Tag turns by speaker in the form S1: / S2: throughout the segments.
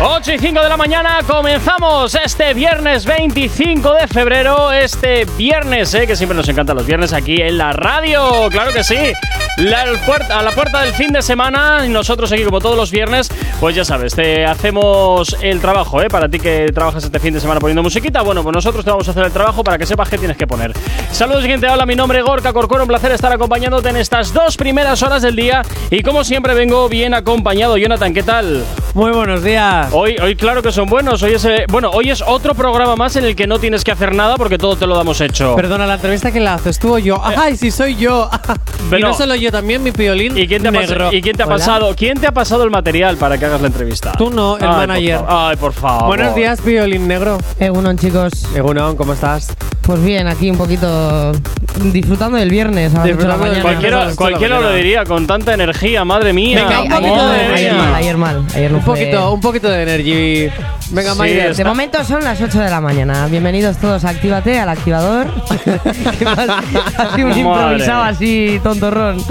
S1: 8 y 5 de la mañana comenzamos este viernes 25 de febrero, este viernes, eh, que siempre nos encantan los viernes aquí en la radio, claro que sí, la, puerta, a la puerta del fin de semana, y nosotros aquí como todos los viernes, pues ya sabes, te hacemos el trabajo, eh, para ti que trabajas este fin de semana poniendo musiquita, bueno, pues nosotros te vamos a hacer el trabajo para que sepas qué tienes que poner. Saludos, gente, habla mi nombre es Gorka Corcuero, un placer estar acompañándote en estas dos primeras horas del día y como siempre vengo bien acompañado, Jonathan, ¿qué tal?
S2: Muy buenos días.
S1: Hoy, hoy claro que son buenos. Hoy es, eh, bueno, hoy es otro programa más en el que no tienes que hacer nada porque todo te lo damos hecho.
S2: Perdona, la entrevista que la haces tú o yo. ¡Ay, sí soy yo! y
S1: Eh. pero-
S2: no solo yo, también mi piolín
S1: ¿Y quién te ha, pas-
S2: negro.
S1: ¿y quién te ha
S2: Hola.
S1: pasado? ¿Quién te ha pasado el material para que hagas la entrevista?
S2: Tú no, el
S1: Ay, por
S2: manager.
S1: favor. ay, por favor.
S2: Buenos días, piolín negro.
S3: Egunon, Eh, chicos.
S2: Egunon, ¿cómo estás?
S3: Pues bien, aquí un poquito disfrutando del viernes a las ocho de la
S2: Disfrutando del
S3: mañana.
S2: Cualquiera-
S1: Cualquiera, cualquiera lo
S2: mañana.
S1: diría con tanta energía, madre mía.
S2: Venga,
S3: Ay,
S2: un
S3: ayer,
S2: poquito
S3: mal,
S2: de
S3: ayer
S2: energía.
S3: mal, ayer mal, ayer no
S2: Un
S3: fue-
S2: poquito, un poquito de energy. Venga,
S1: Sí,
S2: Maider.
S1: es-
S3: De momento son las 8 de la mañana. Bienvenidos todos a Actívate, al activador. Que más- así un
S1: Madre.
S3: improvisado así, tontorrón.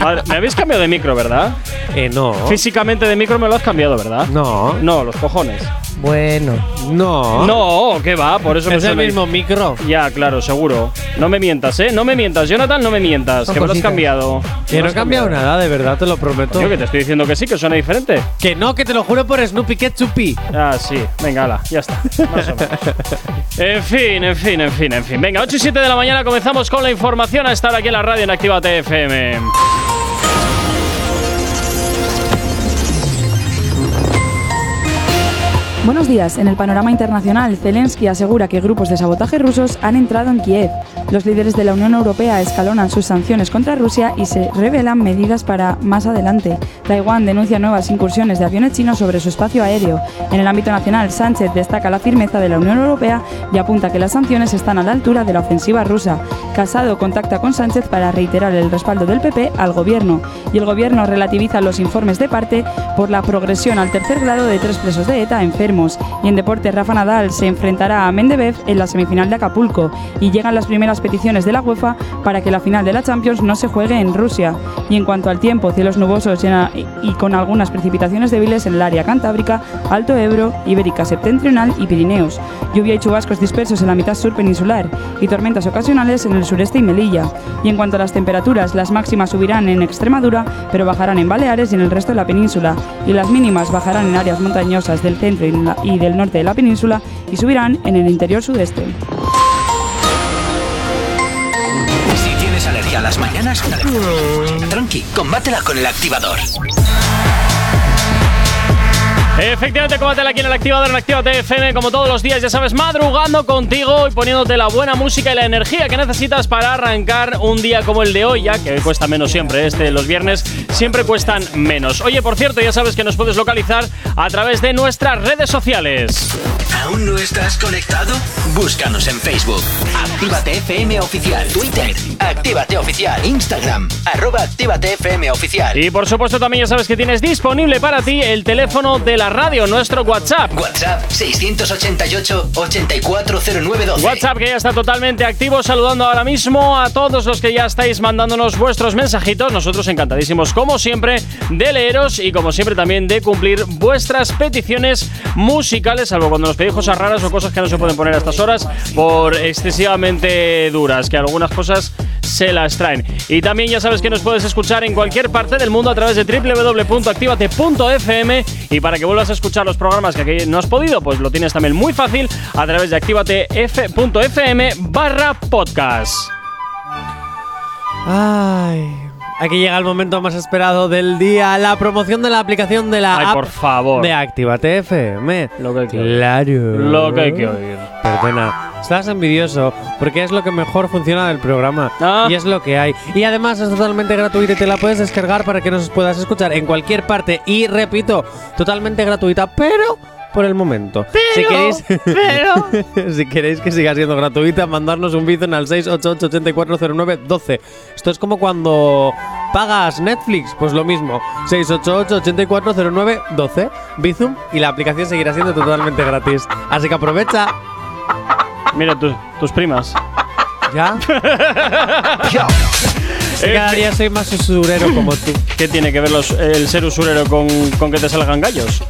S1: Madre- me habéis cambiado de micro, ¿verdad?
S2: Eh, no.
S1: Físicamente de micro me lo has cambiado, ¿verdad?
S2: No.
S1: No, los cojones.
S3: Bueno,
S2: No.
S1: No, ¿qué va? Por eso me
S2: Es el
S1: suena-
S2: mismo micro.
S1: Ya, claro, seguro. No me mientas, ¿eh? No me mientas, Jonathan, no me mientas.
S3: Son
S1: que me lo has
S3: cositas.
S1: cambiado.
S2: Que no he cambiado nada, de verdad, te lo prometo.
S1: Yo que te estoy diciendo que sí, que suena diferente.
S2: Que no, que te lo juro por Snoopy Ketchupi.
S1: Ah, sí. Venga, ala, ya está. Más o menos. En fin, en fin, en fin, en fin. Venga, 8 y 7 de la mañana comenzamos con la información a estar aquí en la radio en Activa TFM.
S4: Buenos días. En el panorama internacional, Zelensky asegura que grupos de sabotaje rusos han entrado en Kiev. Los líderes de la Unión Europea escalonan sus sanciones contra Rusia y se revelan medidas para más adelante. Taiwán denuncia nuevas incursiones de aviones chinos sobre su espacio aéreo. En el ámbito nacional, Sánchez destaca la firmeza de la Unión Europea y apunta que las sanciones están a la altura de la ofensiva rusa. Casado contacta con Sánchez para reiterar el respaldo del PP al gobierno y el gobierno relativiza los informes de parte por la progresión al tercer grado de tres presos de ETA enfermos. Y en deporte, Rafa Nadal se enfrentará a Mendebev en la semifinal de Acapulco y llegan las primeras peticiones de la UEFA para que la final de la Champions no se juegue en Rusia. Y en cuanto al tiempo, cielos nubosos llena- y y con algunas precipitaciones débiles en el área cantábrica, Alto Ebro, Ibérica septentrional y Pirineos. Lluvia y chubascos dispersos en la mitad sur peninsular y tormentas ocasionales en el sureste y Melilla. Y en cuanto a las temperaturas, las máximas subirán en Extremadura, pero bajarán en Baleares y en el resto de la península. Y las mínimas bajarán en áreas montañosas del centro y en la- y del norte de la península y subirán en el interior sudeste.
S5: Si tienes alergia a las mañanas, tranqui, combátela con el activador.
S1: Efectivamente, combátela aquí en el activador en Activa TFM, como todos los días, ya sabes, madrugando contigo y poniéndote la buena música y la energía que necesitas para arrancar un día como el de hoy, ya que hoy cuesta menos siempre, este los viernes siempre cuestan menos. Oye, por cierto, ya sabes que nos puedes localizar a través de nuestras redes sociales.
S5: ¿Aún no estás conectado? Búscanos en Facebook. Actívate FM Oficial. Twitter. Actívate Oficial. Instagram. Arroba Actívate FM Oficial.
S1: Y por supuesto también ya sabes que tienes disponible para ti el teléfono de la radio, nuestro WhatsApp.
S5: WhatsApp 688 840912.
S1: WhatsApp que ya está totalmente activo, saludando ahora mismo a todos los que ya estáis mandándonos vuestros mensajitos. Nosotros encantadísimos, como siempre, de leeros y como siempre también de cumplir vuestras peticiones musicales, salvo cuando nos pedís cosas raras o cosas que no se pueden poner a estas horas por excesivamente duras, que algunas cosas se las traen. Y también ya sabes que nos puedes escuchar en cualquier parte del mundo a través de www.activate.fm y para que vuelvas a escuchar los programas que aquí no has podido, pues lo tienes también muy fácil a través de activatef.fm barra podcast.
S2: Ay. Aquí llega el momento más esperado del día, la promoción de la aplicación de la
S1: Ay,
S2: app
S1: por favor.
S2: de Actívate FM.
S1: Lo que hay que oír.
S2: Claro.
S1: Lo que hay que oír.
S2: Perdona, estás envidioso porque es lo que mejor funciona del programa
S1: Ah.
S2: y es lo que hay. Y además es totalmente gratuita y te la puedes descargar para que nos puedas escuchar en cualquier parte y repito, totalmente gratuita, pero por el momento. si
S1: Pero,
S2: queréis,
S1: pero.
S2: si queréis que siga siendo gratuita, mandarnos un bizum al 688-8409-12. Esto es como cuando pagas Netflix, pues lo mismo. 688-8409-12. Bizum y la aplicación seguirá siendo totalmente gratis. Así que aprovecha.
S1: Mira tus- tus primas.
S2: ¿Ya? Es que cada día soy más usurero como tú.
S1: Eh, ¿Qué tiene que ver los- el ser usurero con, con que te salgan gallos?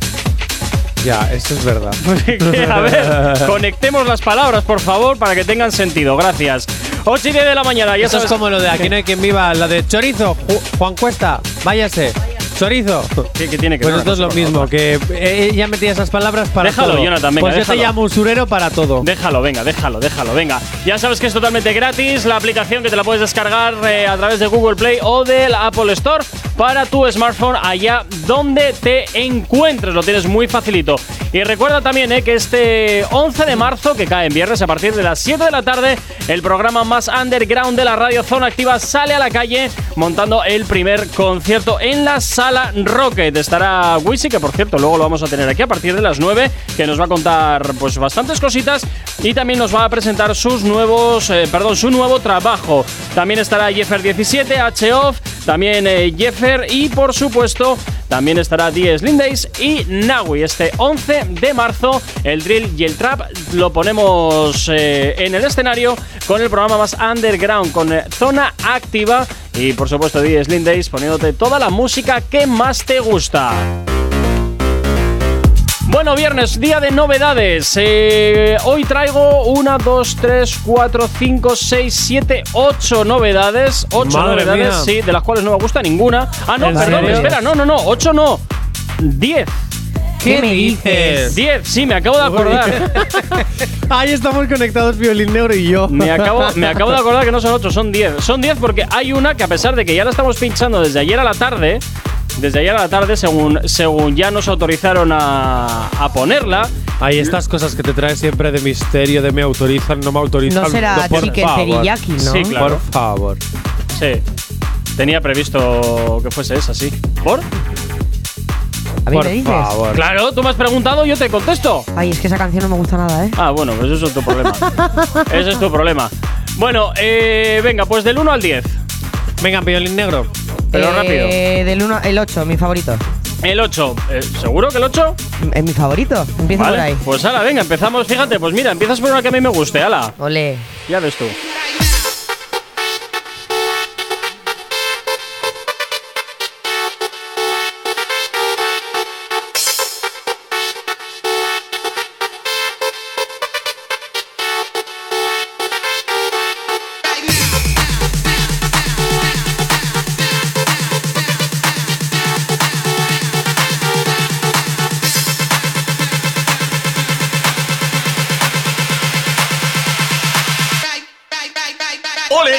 S2: Ya, eso es verdad.
S1: Que, a ver, conectemos las palabras, por favor, para que tengan sentido. Gracias. 8 y 10 de la mañana, ya
S2: Eso es
S1: sabes-
S2: como lo de aquí no hay quien viva, la de chorizo, Ju- Juan Cuesta, váyase, chorizo.
S1: ¿Qué, qué tiene que
S2: Pues
S1: ver?
S2: esto es lo mismo, que eh, eh, ya metí esas palabras para
S1: Déjalo,
S2: todo.
S1: Jonathan, venga,
S2: Pues yo te
S1: déjalo.
S2: llamo usurero para todo.
S1: Déjalo, venga, déjalo, déjalo, venga. Ya sabes que es totalmente gratis la aplicación que te la puedes descargar eh, a través de Google Play o del Apple Store para tu smartphone allá donde te encuentres. Lo tienes muy facilito. Y recuerda también eh, que este 11 de marzo, que cae en viernes a partir de las 7 de la tarde, el programa más underground de la radio Zona Activa sale a la calle montando el primer concierto en la sala Rocket. Estará Wisi, que por cierto luego lo vamos a tener aquí a partir de las 9, que nos va a contar pues bastantes cositas y también nos va a presentar sus nuevos, eh, perdón, su nuevo trabajo. También estará Jeffer 17, H-Off, también eh, Jeffer y por supuesto también estará Die Slindays y Nawi. Este 11 de marzo el drill y el trap lo ponemos eh, en el escenario con el programa más underground, con eh, zona activa y por supuesto Die Slindays poniéndote toda la música que más te gusta. Bueno, viernes, día de novedades. Eh, hoy traigo 1, 2, 3, 4, 5, 6, 7, 8 novedades. 8
S2: Madre
S1: novedades,
S2: mía.
S1: sí, de las cuales no me gusta ninguna. Ah, no,
S2: ¿En
S1: perdón,
S2: serio?
S1: espera, no, no, no, 8 no. 10.
S3: ¿Qué me dices?
S1: 10, sí, me acabo de acordar.
S2: Ahí estamos conectados, Violín Negro y yo.
S1: Me acabo, me acabo de acordar que no son 8, son 10. Son 10 porque hay una que a pesar de que ya la estamos pinchando desde ayer a la tarde, desde ayer a la tarde, según, según ya nos autorizaron a, a ponerla,
S2: Ahí estas cosas que te traes siempre de misterio, de me autorizan, no me autorizan.
S3: No será
S2: por
S3: chicken
S2: favor.
S3: teriyaki, ¿no?
S1: Sí, claro.
S2: Por favor.
S1: Sí. Tenía previsto que fuese esa, sí. ¿Por?
S3: ¿A mí
S2: Por
S3: me dices?
S2: favor.
S1: Claro, tú me has preguntado, yo te contesto.
S3: Ay, es que esa canción no me gusta nada, ¿eh?
S1: Ah, bueno, pues eso es tu problema. Ese es tu problema. Bueno, eh, venga, pues del 1 al 10.
S2: Venga, Violín Negro.
S1: Pero
S3: Eh,
S1: rápido.
S3: Del 1, el 8, mi favorito.
S1: El 8. ¿Seguro que el 8?
S3: Es mi favorito. Empieza por ahí.
S1: Pues ala, venga, empezamos. Fíjate, pues mira, empiezas por una que a mí me guste, ala.
S3: Ole.
S1: Ya ves tú.
S6: ¡Ole!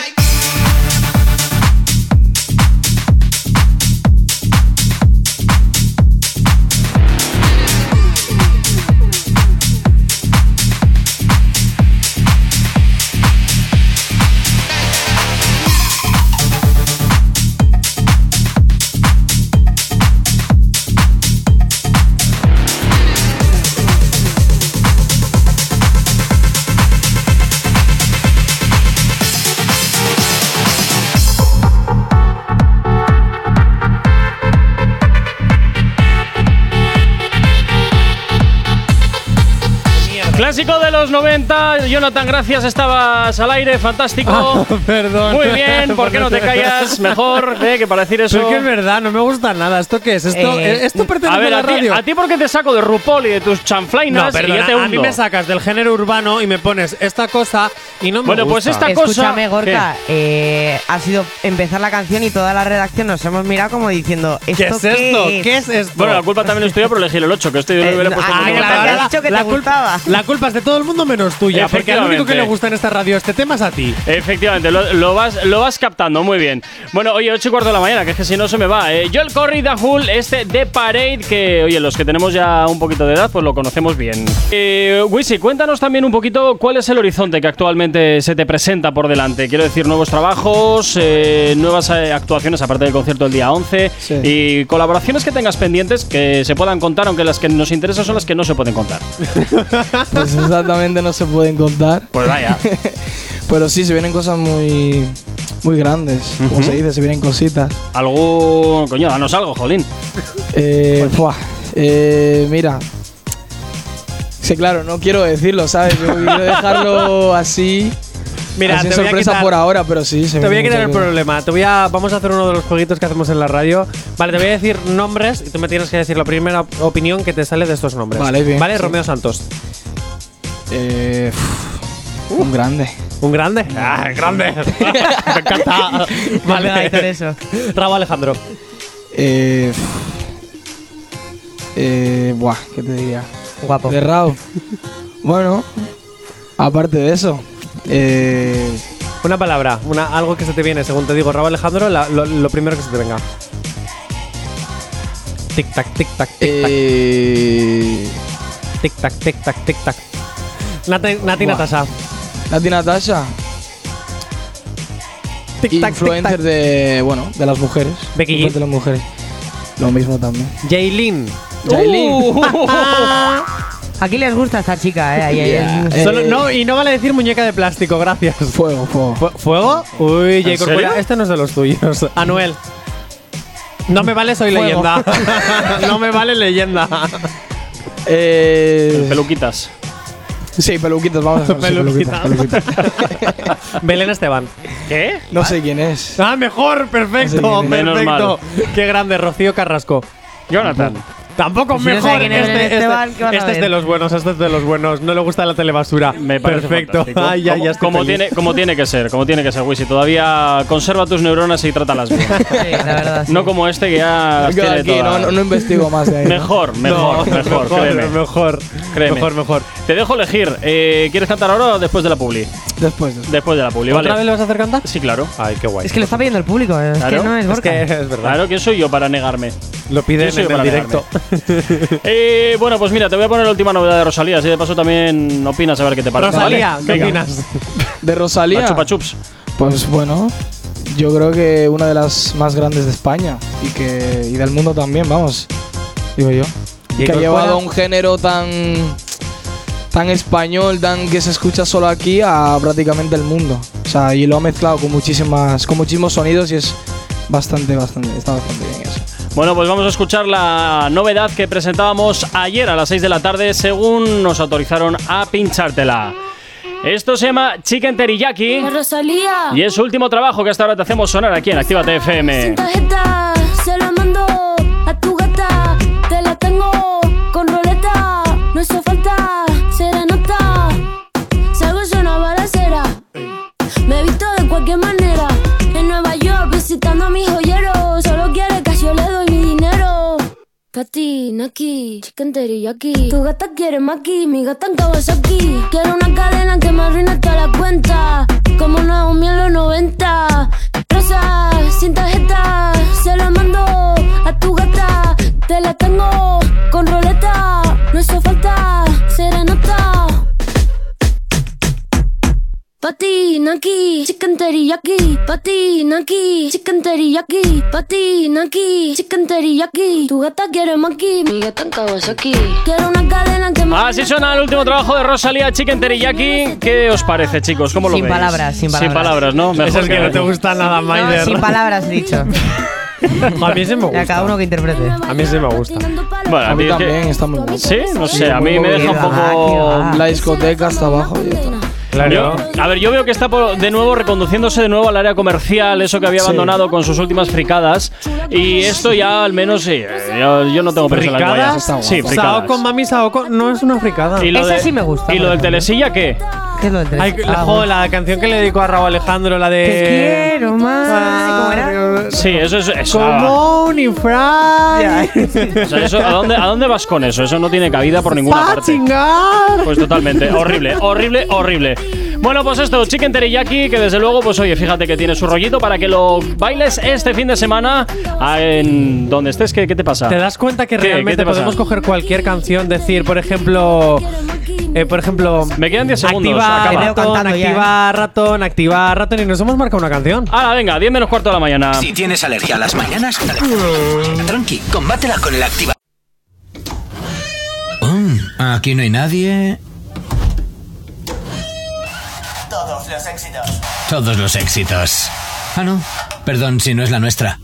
S1: Clásico de los 90. Jonathan, gracias. Estabas al aire,
S2: Ah,
S1: fantástico.
S2: Perdón.
S1: Muy bien, ¿por qué no te callas? Mejor eh, que para decir eso.
S2: Pero es que es verdad, no me gusta nada. ¿Esto qué es? ¿Esto,
S3: Eh,
S2: esto pertenece
S1: A
S2: a,
S1: ver,
S2: la
S1: a ti,
S2: radio?
S1: a ti porque te saco de RuPaul y de tus chanflainas
S2: No,
S1: y
S2: perdona,
S1: ya te
S2: a mí
S1: hundo.
S2: me sacas del género urbano y me pones esta cosa y no me
S1: Bueno, pues
S2: gusta.
S1: esta cosa-
S3: Escúchame, Gorka. eh, ha sido empezar la canción y toda la redacción nos hemos mirado como diciendo: ¿Esto
S2: ¿Qué es esto? ¿Qué es esto?
S1: bueno, la culpa también es tuya por elegir el 8, que estoy yo le
S3: Eh,
S1: hubiera
S3: no,
S1: puesto
S3: ah,
S1: como
S3: claro,
S1: nota.
S3: ahora- has dicho que te
S2: culpa-
S3: gustaba.
S2: la culpa es de todo el mundo menos tuya, porque al único que le
S1: Efectivamente.
S2: gusta en esta radio este tema es a ti.
S1: Efectivamente, lo, lo vas, lo vas captando muy bien. Bueno, oye, 8 y cuarto de la mañana, que es que si no se me va. Eh, Joel Corry, The Hull, este The Parade, que, oye, los que tenemos ya un poquito de edad, pues lo conocemos bien. Eh, Wisi, cuéntanos también un poquito cuál es el horizonte que actualmente se te presenta por delante. Quiero decir, nuevos trabajos, eh, nuevas eh, actuaciones, aparte del concierto el día 11,
S2: Sí.
S1: y colaboraciones que tengas pendientes que se puedan contar, aunque las que nos interesan son las que no se pueden contar.
S6: Pues exactamente no se pueden contar.
S1: Pues vaya.
S6: Pero sí, se vienen cosas muy, muy grandes. Como se dice, se vienen cositas.
S1: Algún. Coño, danos algo, jolín.
S6: Eh, fuah. Eh, mira. Sí, claro, no quiero decirlo, ¿sabes? Yo quiero dejarlo así.
S2: Mira, te
S6: así en
S2: voy, a
S6: sorpresa
S2: quitar,
S6: por ahora, pero sí. Se
S2: te voy a
S6: vienen
S2: quitar el
S6: muchas cosas.
S2: problema. Te voy a, vamos a hacer uno de los jueguitos que hacemos en la radio. Vale, te voy a decir nombres y tú me tienes que decir la primera op- opinión que te sale de estos nombres.
S6: Vale, bien, sí.
S2: Romeo Santos.
S6: Eh, uf, Un grande.
S2: ¿Un grande? ¡Ah, grande! me encanta.
S3: Vale, a editar
S2: vale,
S3: eso.
S2: Raúl Alejandro.
S6: Eh, uf, eh, buah, ¿qué te diría?
S3: Guapo.
S6: De Rao. bueno, aparte de eso, eh,
S2: Una palabra, una, algo que se te viene, según te digo, Raúl Alejandro, la- lo, lo primero que se te venga. Tic tac, tic tac, tic tac,
S6: eh,
S2: tic tac, tic tac, tic tac. Nati, Nati
S6: Buah.
S2: Natasha.
S6: Nati Natasha,
S2: Tic tac, tic
S6: influencer
S2: tac.
S6: de, bueno, de las mujeres,
S2: Becky G.
S6: influencer de las mujeres, lo mismo también.
S2: Jaylin. Ah.
S6: Yailin.
S3: Aquí les gusta esta chica, eh. Ahí, ahí,
S6: Yeah.
S3: ahí.
S6: Eh,
S2: Solo- no, y no vale decir muñeca de plástico, gracias.
S6: Fuego, fuego.
S2: Fu- ¿Fuego? Uy, J.
S1: ¿En
S2: Corcuera,
S1: serio?
S2: este no es de los tuyos. Anuel. No me vale, soy
S6: Fuego.
S2: leyenda. no me vale leyenda.
S6: Eh,
S1: Peluquitas.
S6: sí, peluquitas, vamos a dejar, sí,
S2: Peluquita.
S6: peluquitas, peluquitas.
S2: Belén Esteban.
S1: ¿Qué?
S6: No sé quién es.
S2: Ah, mejor, perfecto,
S6: No sé
S1: quién es.
S2: perfecto. Qué grande, Rocío Carrasco.
S1: Jonathan.
S2: Tampoco
S3: Si no
S2: mejor.
S3: sé quién es
S2: este
S3: Belén Esteban,
S2: este,
S3: ¿qué vas a
S2: este es
S3: ver?
S2: de los buenos, este es de los buenos. No le gusta la telebasura.
S1: Me parece
S2: perfecto.
S1: fantástico.
S2: Ay, ya,
S1: como,
S2: ya estoy
S1: como
S2: feliz.
S1: tiene, como tiene que ser, como tiene que ser, Wisi. Todavía conserva tus neuronas y trátalas bien.
S3: Sí, la verdad. sí.
S1: no como este que ya las
S6: Me quedo
S1: tiene
S6: aquí, no,
S1: todas.
S6: no, no investigo más de ahí. ¿no?
S1: Mejor,
S2: No,
S1: mejor, mejor, créeme.
S2: mejor,
S1: Créeme.
S2: mejor, mejor.
S1: Te dejo elegir. Eh, ¿Quieres cantar ahora o después de la publi?
S6: Después, después.
S1: Después de la publi,
S2: ¿Otra vez
S1: vale.
S2: le vas a hacer cantar?
S1: Sí, claro.
S2: Ay, qué guay.
S3: Es que lo está pidiendo el público, eh. es
S1: Claro,
S3: que no es
S2: Es
S3: Gorka.
S2: que es verdad.
S1: Claro, ¿quién soy yo para negarme?
S2: Lo piden
S1: Yo soy
S2: en el
S1: para
S2: directo.
S1: Eh, bueno, pues mira, te voy a poner la última novedad de Rosalía. Así de paso también opinas a ver qué te parece.
S2: Rosalía,
S1: ¿vale?
S2: ¿qué
S1: Venga.
S2: opinas?
S6: De
S1: La
S6: Rosalía.
S1: chupa chups.
S6: Pues bueno, yo creo que una de las más grandes de España y que y del mundo también, vamos. Digo yo.
S2: ¿Y
S6: que ha
S2: con
S6: llevado
S2: cuál?
S6: un género tan tan español, tan que se escucha solo aquí a prácticamente el mundo. O sea, y lo ha mezclado con muchísimas con muchísimos sonidos y es bastante bastante está bastante bien eso.
S1: Bueno, pues vamos a escuchar la novedad que presentábamos ayer a las 6 de la tarde, según nos autorizaron a pinchártela. Esto se llama Chicken Teriyaki
S7: Rosalía.
S1: y es su último trabajo que hasta ahora te hacemos sonar aquí en Actívate FM.
S7: Sin tarjeta, se la mando a tu gata. Te la tengo con roleta. No hizo falta serenata. Salgo yo una balacera. Me he visto de cualquier manera. En Nueva York visitando a mis joyeros. Solo quiere que yo le doy mi dinero. Katy, Naki, chicken teriyaki. Tu gata quiere maki, mi gata en Kawasaki. Quiero una cadena que me arruina toda la cuenta. Como una Naomi en los 90. Rosa, sin tarjeta. Se la mando a tu gata. Te la tengo con roleta. No hizo falta serenata. Patina aquí, chicken teriyaki. Patina aquí, chicken teriyaki. Patina aquí, chicken teriyaki. Tu gata quiere maki, mi gata en Kawasaki. Quiero una cadena que me
S1: Así suena el último trabajo de Rosalía Chicken Teriyaki. ¿Qué os parece, chicos? ¿Cómo lo
S3: Sin
S1: veis?
S3: palabras, sin
S1: Sin
S3: palabras.
S1: palabras, ¿no?
S2: Es
S1: Mejor
S2: el que no te
S1: gusta.
S2: gusta nada,
S3: No,
S2: Maider.
S3: sin palabras he dicho.
S2: a mí sí me
S3: A cada
S2: gusta.
S3: uno que interprete.
S2: A mí sí me gusta.
S1: Bueno,
S6: A mí
S1: es que-
S6: también está muy bien.
S1: Sí, no
S7: Sí,
S1: sé, a
S6: muy
S1: mí me
S6: bien.
S1: deja un
S3: Qué va,
S1: poco...
S3: Ah, qué va.
S6: La discoteca hasta abajo. y está.
S2: Claro.
S1: Yo- a ver, yo veo que está por- de nuevo reconduciéndose de nuevo al área comercial, eso que había abandonado con sus últimas fricadas. Y esto ya al menos eh, yo, yo no tengo prisa en las
S2: ¿Fricadas?
S1: guayas.
S6: Está guapo.
S1: Sí, fricadas.
S2: Saoko, mami Saoko, no es una fricada.
S1: Y lo
S3: Esa
S1: de-
S3: sí me gusta,
S1: ¿Y lo
S3: por
S1: del
S3: ejemplo.
S1: telesilla qué?
S3: ¿Qué es lo del tres?
S2: Ay, la,
S3: Ah,
S2: jo, la canción que le dedicó a Raúl Alejandro, la de. Ah.
S3: Te quiero más. ¿Cómo era?
S1: Sí, eso es. Eso, ah,
S2: Como un infray.
S1: o sea, eso- ¿a, dónde, ¿A dónde vas con eso? Eso no tiene cabida por ninguna
S2: ¡Pa
S1: parte.
S2: chingar!
S1: Pues totalmente, horrible, horrible, horrible. Bueno, pues esto, Chicken Teriyaki, que desde luego, pues oye, fíjate que tiene su rollito para que lo bailes este fin de semana ah, en donde estés. ¿Qué, qué te pasa?
S2: ¿Te das cuenta que
S1: ¿Qué? ¿Qué
S2: realmente
S1: te pasa?
S2: podemos coger cualquier canción, decir, por ejemplo, eh, por ejemplo,
S1: Me quedan 10 segundos.
S2: activa
S1: acaba.
S3: Te veo
S2: ratón,
S3: cantando ya,
S6: ¿eh?
S2: activa ratón, activa ratón y nos hemos marcado una canción.
S1: Ahora, venga, 10 menos cuarto de la mañana.
S5: Si tienes alergia a las mañanas, dale. tranqui, combátela con el activa. Mm, aquí no hay nadie. Todos los éxitos. Todos los éxitos. Ah, no. Perdón si no es la nuestra.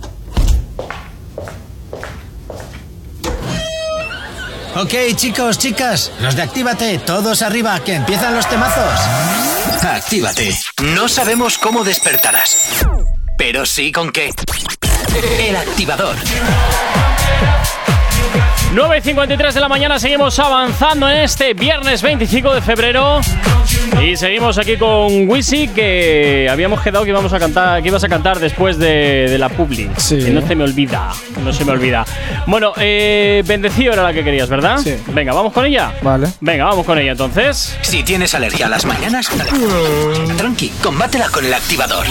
S5: Ok, chicos, chicas, los de Actívate, todos arriba, que empiezan los temazos. Actívate. No sabemos cómo despertarás, pero sí con qué. El activador.
S1: 9 y 53 de la mañana seguimos avanzando en este viernes 25 de febrero. Y seguimos aquí con Wisi, que habíamos quedado que íbamos a cantar, que ibas a cantar después de, de la publi.
S6: Sí.
S1: Que no se me olvida. No se me olvida. Bueno, eh, bendecido era la que querías, ¿verdad?
S6: Sí.
S1: Venga, vamos con ella.
S6: Vale.
S1: Venga, vamos con ella entonces.
S5: Si tienes alergia a las mañanas, dale. tranqui, combátela con el activador.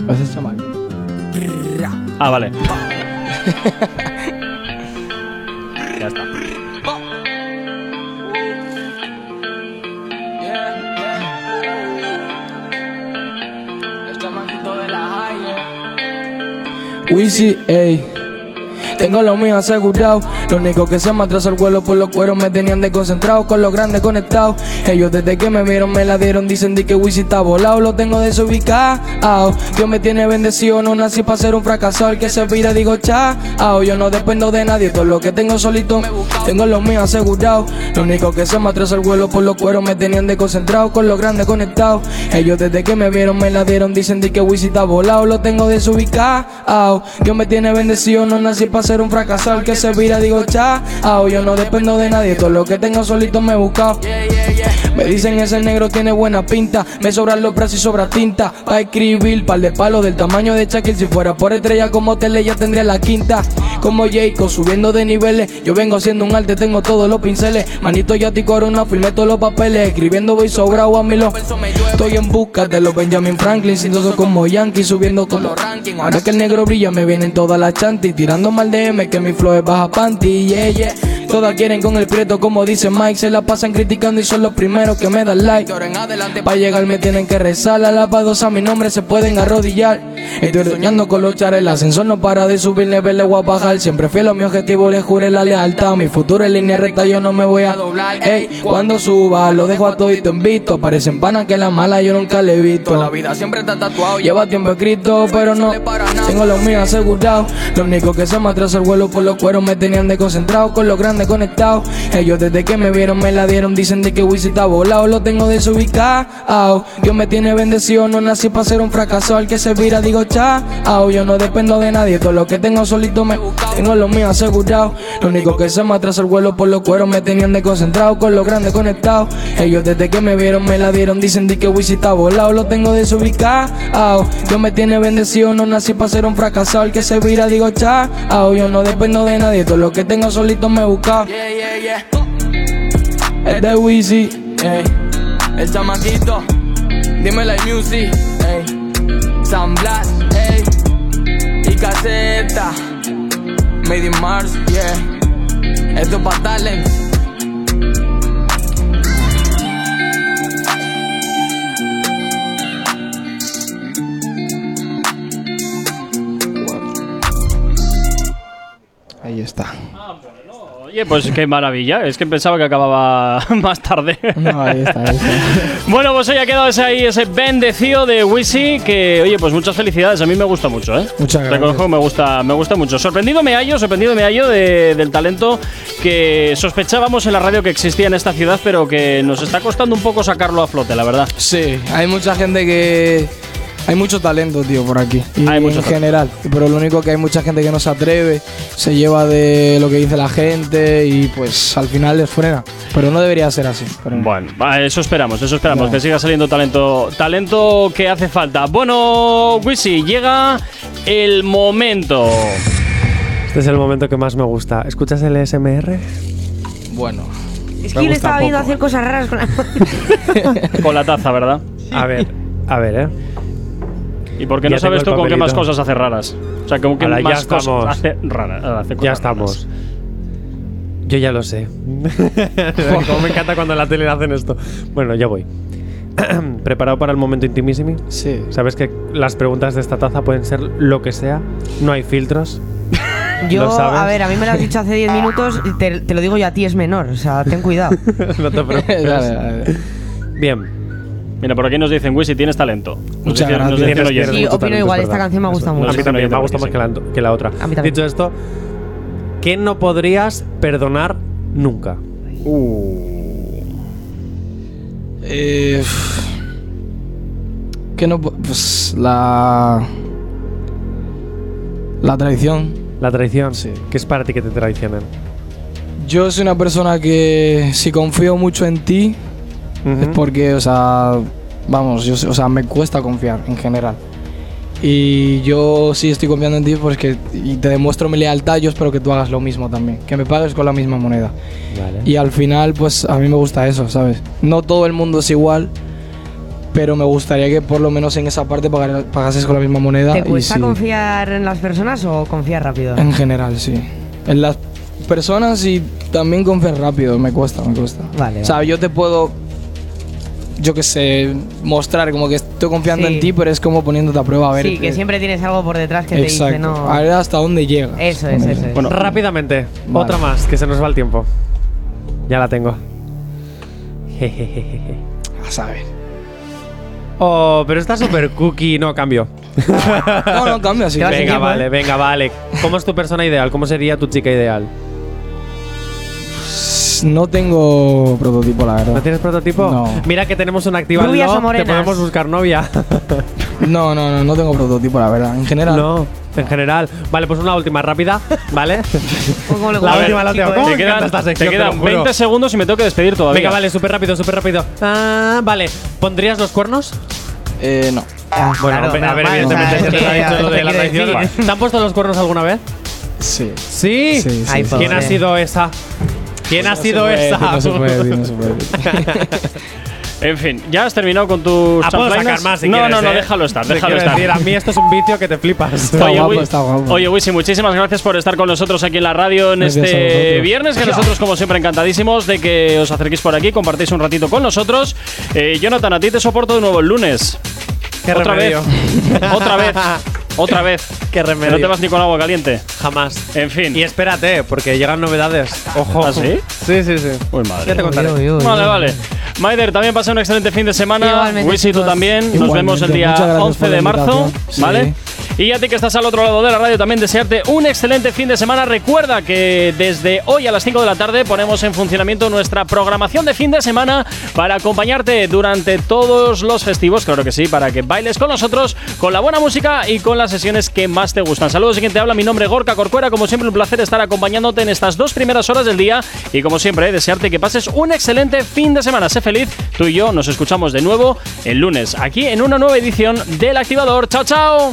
S6: Vas a chamar.
S1: Ah, vale. ya está.
S6: Wisi, ey. Tengo lo mío asegurado. Lo único que se me atrasó el vuelo por los cueros me tenían desconcentrado, con los grandes conectados. Ellos desde que me vieron me la dieron, dicen di que Wisi está volado, lo tengo desubicado. Dios me tiene bendecido, no nací para ser un fracasado. El que se vira digo chao. Yo no dependo de nadie, todo lo que tengo solito. Tengo lo mío asegurado. Lo único que se me atrasó el vuelo por los cueros me tenían desconcentrado, con los grandes conectados. Ellos desde que me vieron me la dieron, dicen di que Wisi está volado, lo tengo desubicado. Dios me tiene bendecido, no nací para ser un fracasado. El que se vira, digo chao. Yo no dependo de nadie, todo lo que tengo solito me he buscado. Me dicen ese negro tiene buena pinta, me sobran los brazos y sobra tinta. Pa' escribir, par de palos del tamaño de Shaquille. Si fuera por estrella como Tele, ya tendría la quinta. Como Jacob, subiendo de niveles. Yo vengo haciendo un arte, tengo todos los pinceles. Manito, ya te corona, firmé todos los papeles. Escribiendo voy sobrado a mí los. Estoy en busca de los Benjamin Franklin, sintoso como Yankee, subiendo como ranking. Ahora que el negro brilla, me vienen todas las chantis. Tirando mal de M, que mi flow es baja panty. Yeah, yeah. Todas quieren con el prieto, como dice Mike. Se la pasan criticando y son los primeros que me dan like. Para llegar me tienen que rezar. Alabados a mi nombre se pueden arrodillar. Estoy soñando con luchar. El ascensor no para de subir, niveles voy a bajar. Siempre fiel a mi objetivo, le juré la lealtad. Mi futuro en línea recta, yo no me voy a doblar. Ey, cuando suba, lo dejo a todito en visto. Parecen panas que la mala yo nunca le he visto. La vida siempre está tatuado. Lleva tiempo escrito, pero no. Tengo los míos asegurados. Lo único que se me atrasó el vuelo por los cueros me tenían desconcentrado. Con los grandes conectados. Ellos desde que me vieron me la dieron. Dicen de que Wisi está volado. Lo tengo desubicado. Dios me tiene bendecido. No nací para ser un fracasado. Al que se vira digo chao. Yo no dependo de nadie. Todo lo que tengo solito me tengo lo mío asegurado. Lo único que se me atrasó el vuelo por los cueros me tenían desconcentrado. Con los grandes conectados. Ellos desde que me vieron me la dieron. Dicen de que Wisi está volado. Lo tengo desubicado. Dios me tiene bendecido. No nací para ser un fracasado. El que se vira digo chao. Yo no dependo de nadie. Todo lo que tengo solito me he buscado. Es de Wizzy, ey. El chamaquito, dime la music, ey. San Blas, ey. Y caseta, Made in Mars, yeah. Esto es pa' talent. Ahí está.
S1: Oye, pues qué maravilla. Es que pensaba que acababa más tarde.
S6: No, ahí está, ahí está.
S1: Bueno, pues hoy ha quedado ese ahí, ese bendecido de Wisi, que, oye, pues muchas felicidades, a mí me gusta mucho, ¿eh?
S6: Muchas gracias.
S1: Reconozco que me gusta, me gusta mucho. Sorprendido me hallo, sorprendido me hallo de- del talento que sospechábamos en la radio que existía en esta ciudad, pero que nos está costando un poco sacarlo a flote, la verdad.
S6: Sí, hay mucha gente que Hay mucho talento, tío, por aquí. Y
S1: Hay mucho talento.
S6: en general. Pero lo único que hay mucha gente que no se atreve, se lleva de lo que dice la gente y pues al final les frena. Pero no debería ser así. pero-
S1: Bueno, va, eso esperamos, eso esperamos,
S6: Bueno.
S1: que siga saliendo talento, talento que hace falta. Bueno, Wisi, llega el momento.
S2: Este es el momento que más me gusta. ¿Escuchas el SMR?
S6: Bueno.
S3: Es
S6: Me
S3: que yo le
S6: gusta
S3: estaba viendo
S6: poco.
S3: hacer cosas raras con la
S1: Con la taza, ¿verdad?
S2: A ver, a ver, ¿eh?
S1: Y porque
S2: Ya
S1: no sabes tú
S2: tengo el
S1: con qué más
S2: papelito.
S1: cosas hace raras. O sea, como que
S2: Ala, ya
S1: más
S2: estamos.
S1: cosas hace raras. hace cosas
S2: Ya estamos.
S1: raras.
S2: Yo ya lo sé. Como me encanta cuando en la tele hacen esto. Bueno, ya voy. ¿Preparado para el momento intimísimo?
S6: Sí.
S2: Sabes que las preguntas de esta taza pueden ser lo que sea. No hay filtros.
S3: Yo,
S2: ¿Lo sabes?
S3: a ver, a mí me lo has dicho hace 10 minutos y te, te lo digo yo a ti, es menor, o sea, ten cuidado.
S2: no te
S6: Dale,
S2: preocupes.
S6: dale, dale.
S2: Bien.
S1: Mira, por aquí nos dicen, Wisi, tienes talento. Nos
S6: Muchas
S1: dicen- nos
S6: gracias.
S1: dicen
S6: Tienes-
S1: oyentes.
S3: Sí,
S2: Totalmente,
S3: opino igual,
S2: es
S3: esta
S2: verdad.
S3: canción me ha
S2: Eso.
S3: gustado
S2: A
S3: mucho.
S2: mí también, me ha gustado más que la, que la otra.
S3: también.
S2: Dicho esto, ¿qué no podrías perdonar nunca?
S6: Eh, que no. po- Pues la. La traición.
S2: La traición.
S6: Sí.
S2: Que es para ti que te traicionen.
S6: Yo soy una persona que si confío mucho en ti es porque, o sea, vamos, yo, sé- o sea, me cuesta confiar en general. Y yo sí estoy confiando en ti porque y te demuestro mi lealtad, yo espero que tú hagas lo mismo también, que me pagues con la misma moneda.
S2: Vale.
S6: Y al final, pues a mí me gusta eso, ¿sabes? No todo el mundo es igual, pero me gustaría que por lo menos en esa parte pagar- pagases con la misma moneda.
S3: ¿Te
S6: y
S3: cuesta
S6: sí,
S3: confiar en las personas o confiar rápido?
S6: En general, sí. En las personas y también confiar rápido, me cuesta, me cuesta.
S3: Vale,
S6: O sea, yo te puedo, yo qué sé, mostrar como que estoy confiando
S3: Sí.
S6: en ti, pero es como poniéndote a prueba a ver.
S3: Sí, que
S6: eh,
S3: siempre tienes algo por detrás que
S6: Exacto.
S3: te dice no.
S6: A ver hasta dónde llega.
S3: Eso es, eso es.
S1: Bueno,
S2: Rápidamente,
S6: Vale.
S2: otra más, que se nos va el tiempo. Ya la tengo. Jejejeje.
S6: A saber.
S2: Oh, pero está super cookie. No, cambio.
S6: No, no, cambia, sí.
S3: Te vas sin
S2: Venga,
S3: tiempo,
S2: vale,
S3: ¿eh?
S2: venga, vale. ¿Cómo es tu persona ideal? ¿Cómo sería tu chica ideal?
S6: No tengo prototipo, la
S2: ¿No
S6: verdad.
S2: tienes prototipo?
S6: No.
S2: Mira que tenemos una activa
S3: Rubias o
S2: love, te
S3: morenas.
S2: podemos buscar novia.
S6: No, no, no, no tengo prototipo, la verdad. En general.
S2: no, en general. Vale, pues una última rápida, ¿vale?
S3: O Pues como
S2: la
S3: le gusta
S2: última,
S3: al
S2: la
S3: chico
S2: última.
S3: este.
S2: ¿Cómo
S1: te
S2: me encanta
S1: quedan,
S2: esta
S1: te
S2: sección, te
S1: quedan
S2: lo juro.
S1: 20 segundos y me tengo que despedir todavía.
S2: Venga, vale, súper rápido, súper rápido. Ah, vale, ¿pondrías los cuernos?
S6: Eh, no.
S3: Ah,
S2: Bueno,
S3: claro,
S2: a ver, a ver,
S3: normal,
S2: evidentemente
S3: o sea,
S2: se te ha
S3: es que,
S2: dicho lo
S3: te
S2: de la
S3: quiero
S2: traición.
S3: decir.
S2: ¿Te han puesto los cuernos alguna vez?
S6: Sí.
S2: Sí.
S6: Sí, sí,
S3: Ay, pobre.
S6: sí.
S3: Pues
S2: ¿Quién ha sido esa? ¿Quién ha
S6: No se
S2: sido
S6: puede
S2: esa?
S6: decir, No se puede decir, no se puede decir.
S1: En fin, ¿ya has terminado con tus
S2: Ah, puedo sacar
S1: champlainas?
S2: más si
S1: No,
S2: quieres,
S1: no, no,
S2: ¿eh?
S1: déjalo estar,
S2: Te
S1: déjalo
S2: quiero
S1: estar.
S2: decir, a mí esto es un vicio que te flipas.
S6: Está guapo,
S1: Wi-
S6: está guapo.
S1: Oye, Wisi, muchísimas gracias por estar con nosotros aquí en la radio en
S6: Gracias a
S1: este
S6: vosotros.
S1: viernes. Que nosotros, como siempre, encantadísimos de que os acerquéis por aquí, compartáis un ratito con nosotros. Eh, Jonathan, a ti te soporto de nuevo el lunes.
S2: Qué
S1: Otra
S2: remedio.
S1: vez. Otra vez. Otra vez.
S2: Qué
S1: Que
S2: remedio.
S1: no te vas ni con agua caliente.
S2: jamás.
S1: En fin.
S2: Y espérate, porque llegan novedades. Ojo.
S1: ¿Ah, sí?
S2: Sí, sí, sí.
S1: Uy,
S2: Ya te
S1: madre.
S2: contaré.
S3: Uy, uy, uy.
S1: Vale, vale. Maider, también pasa un excelente fin de semana.
S3: Igualmente,
S1: Wisi, tú
S3: chicos.
S1: también. Nos
S6: Igualmente,
S1: vemos el día
S6: muchas gracias
S1: 11
S6: por la
S1: de marzo.
S6: invitación.
S1: ¿Vale? Y a ti que estás al otro lado de la radio, también desearte un excelente fin de semana. Recuerda que desde hoy a las 5 de la tarde ponemos en funcionamiento nuestra programación de fin de semana para acompañarte durante todos los festivos, claro que sí, para que bailes con nosotros, con la buena música y con las sesiones que más te gustan. Saludos, y quien te habla, mi nombre es Gorka Corcuera. Como siempre, un placer estar acompañándote en estas dos primeras horas del día. Y como siempre, eh, desearte que pases un excelente fin de semana. Sé feliz, tú y yo nos escuchamos de nuevo el lunes, aquí en una nueva edición del Activador. ¡Chao, chao!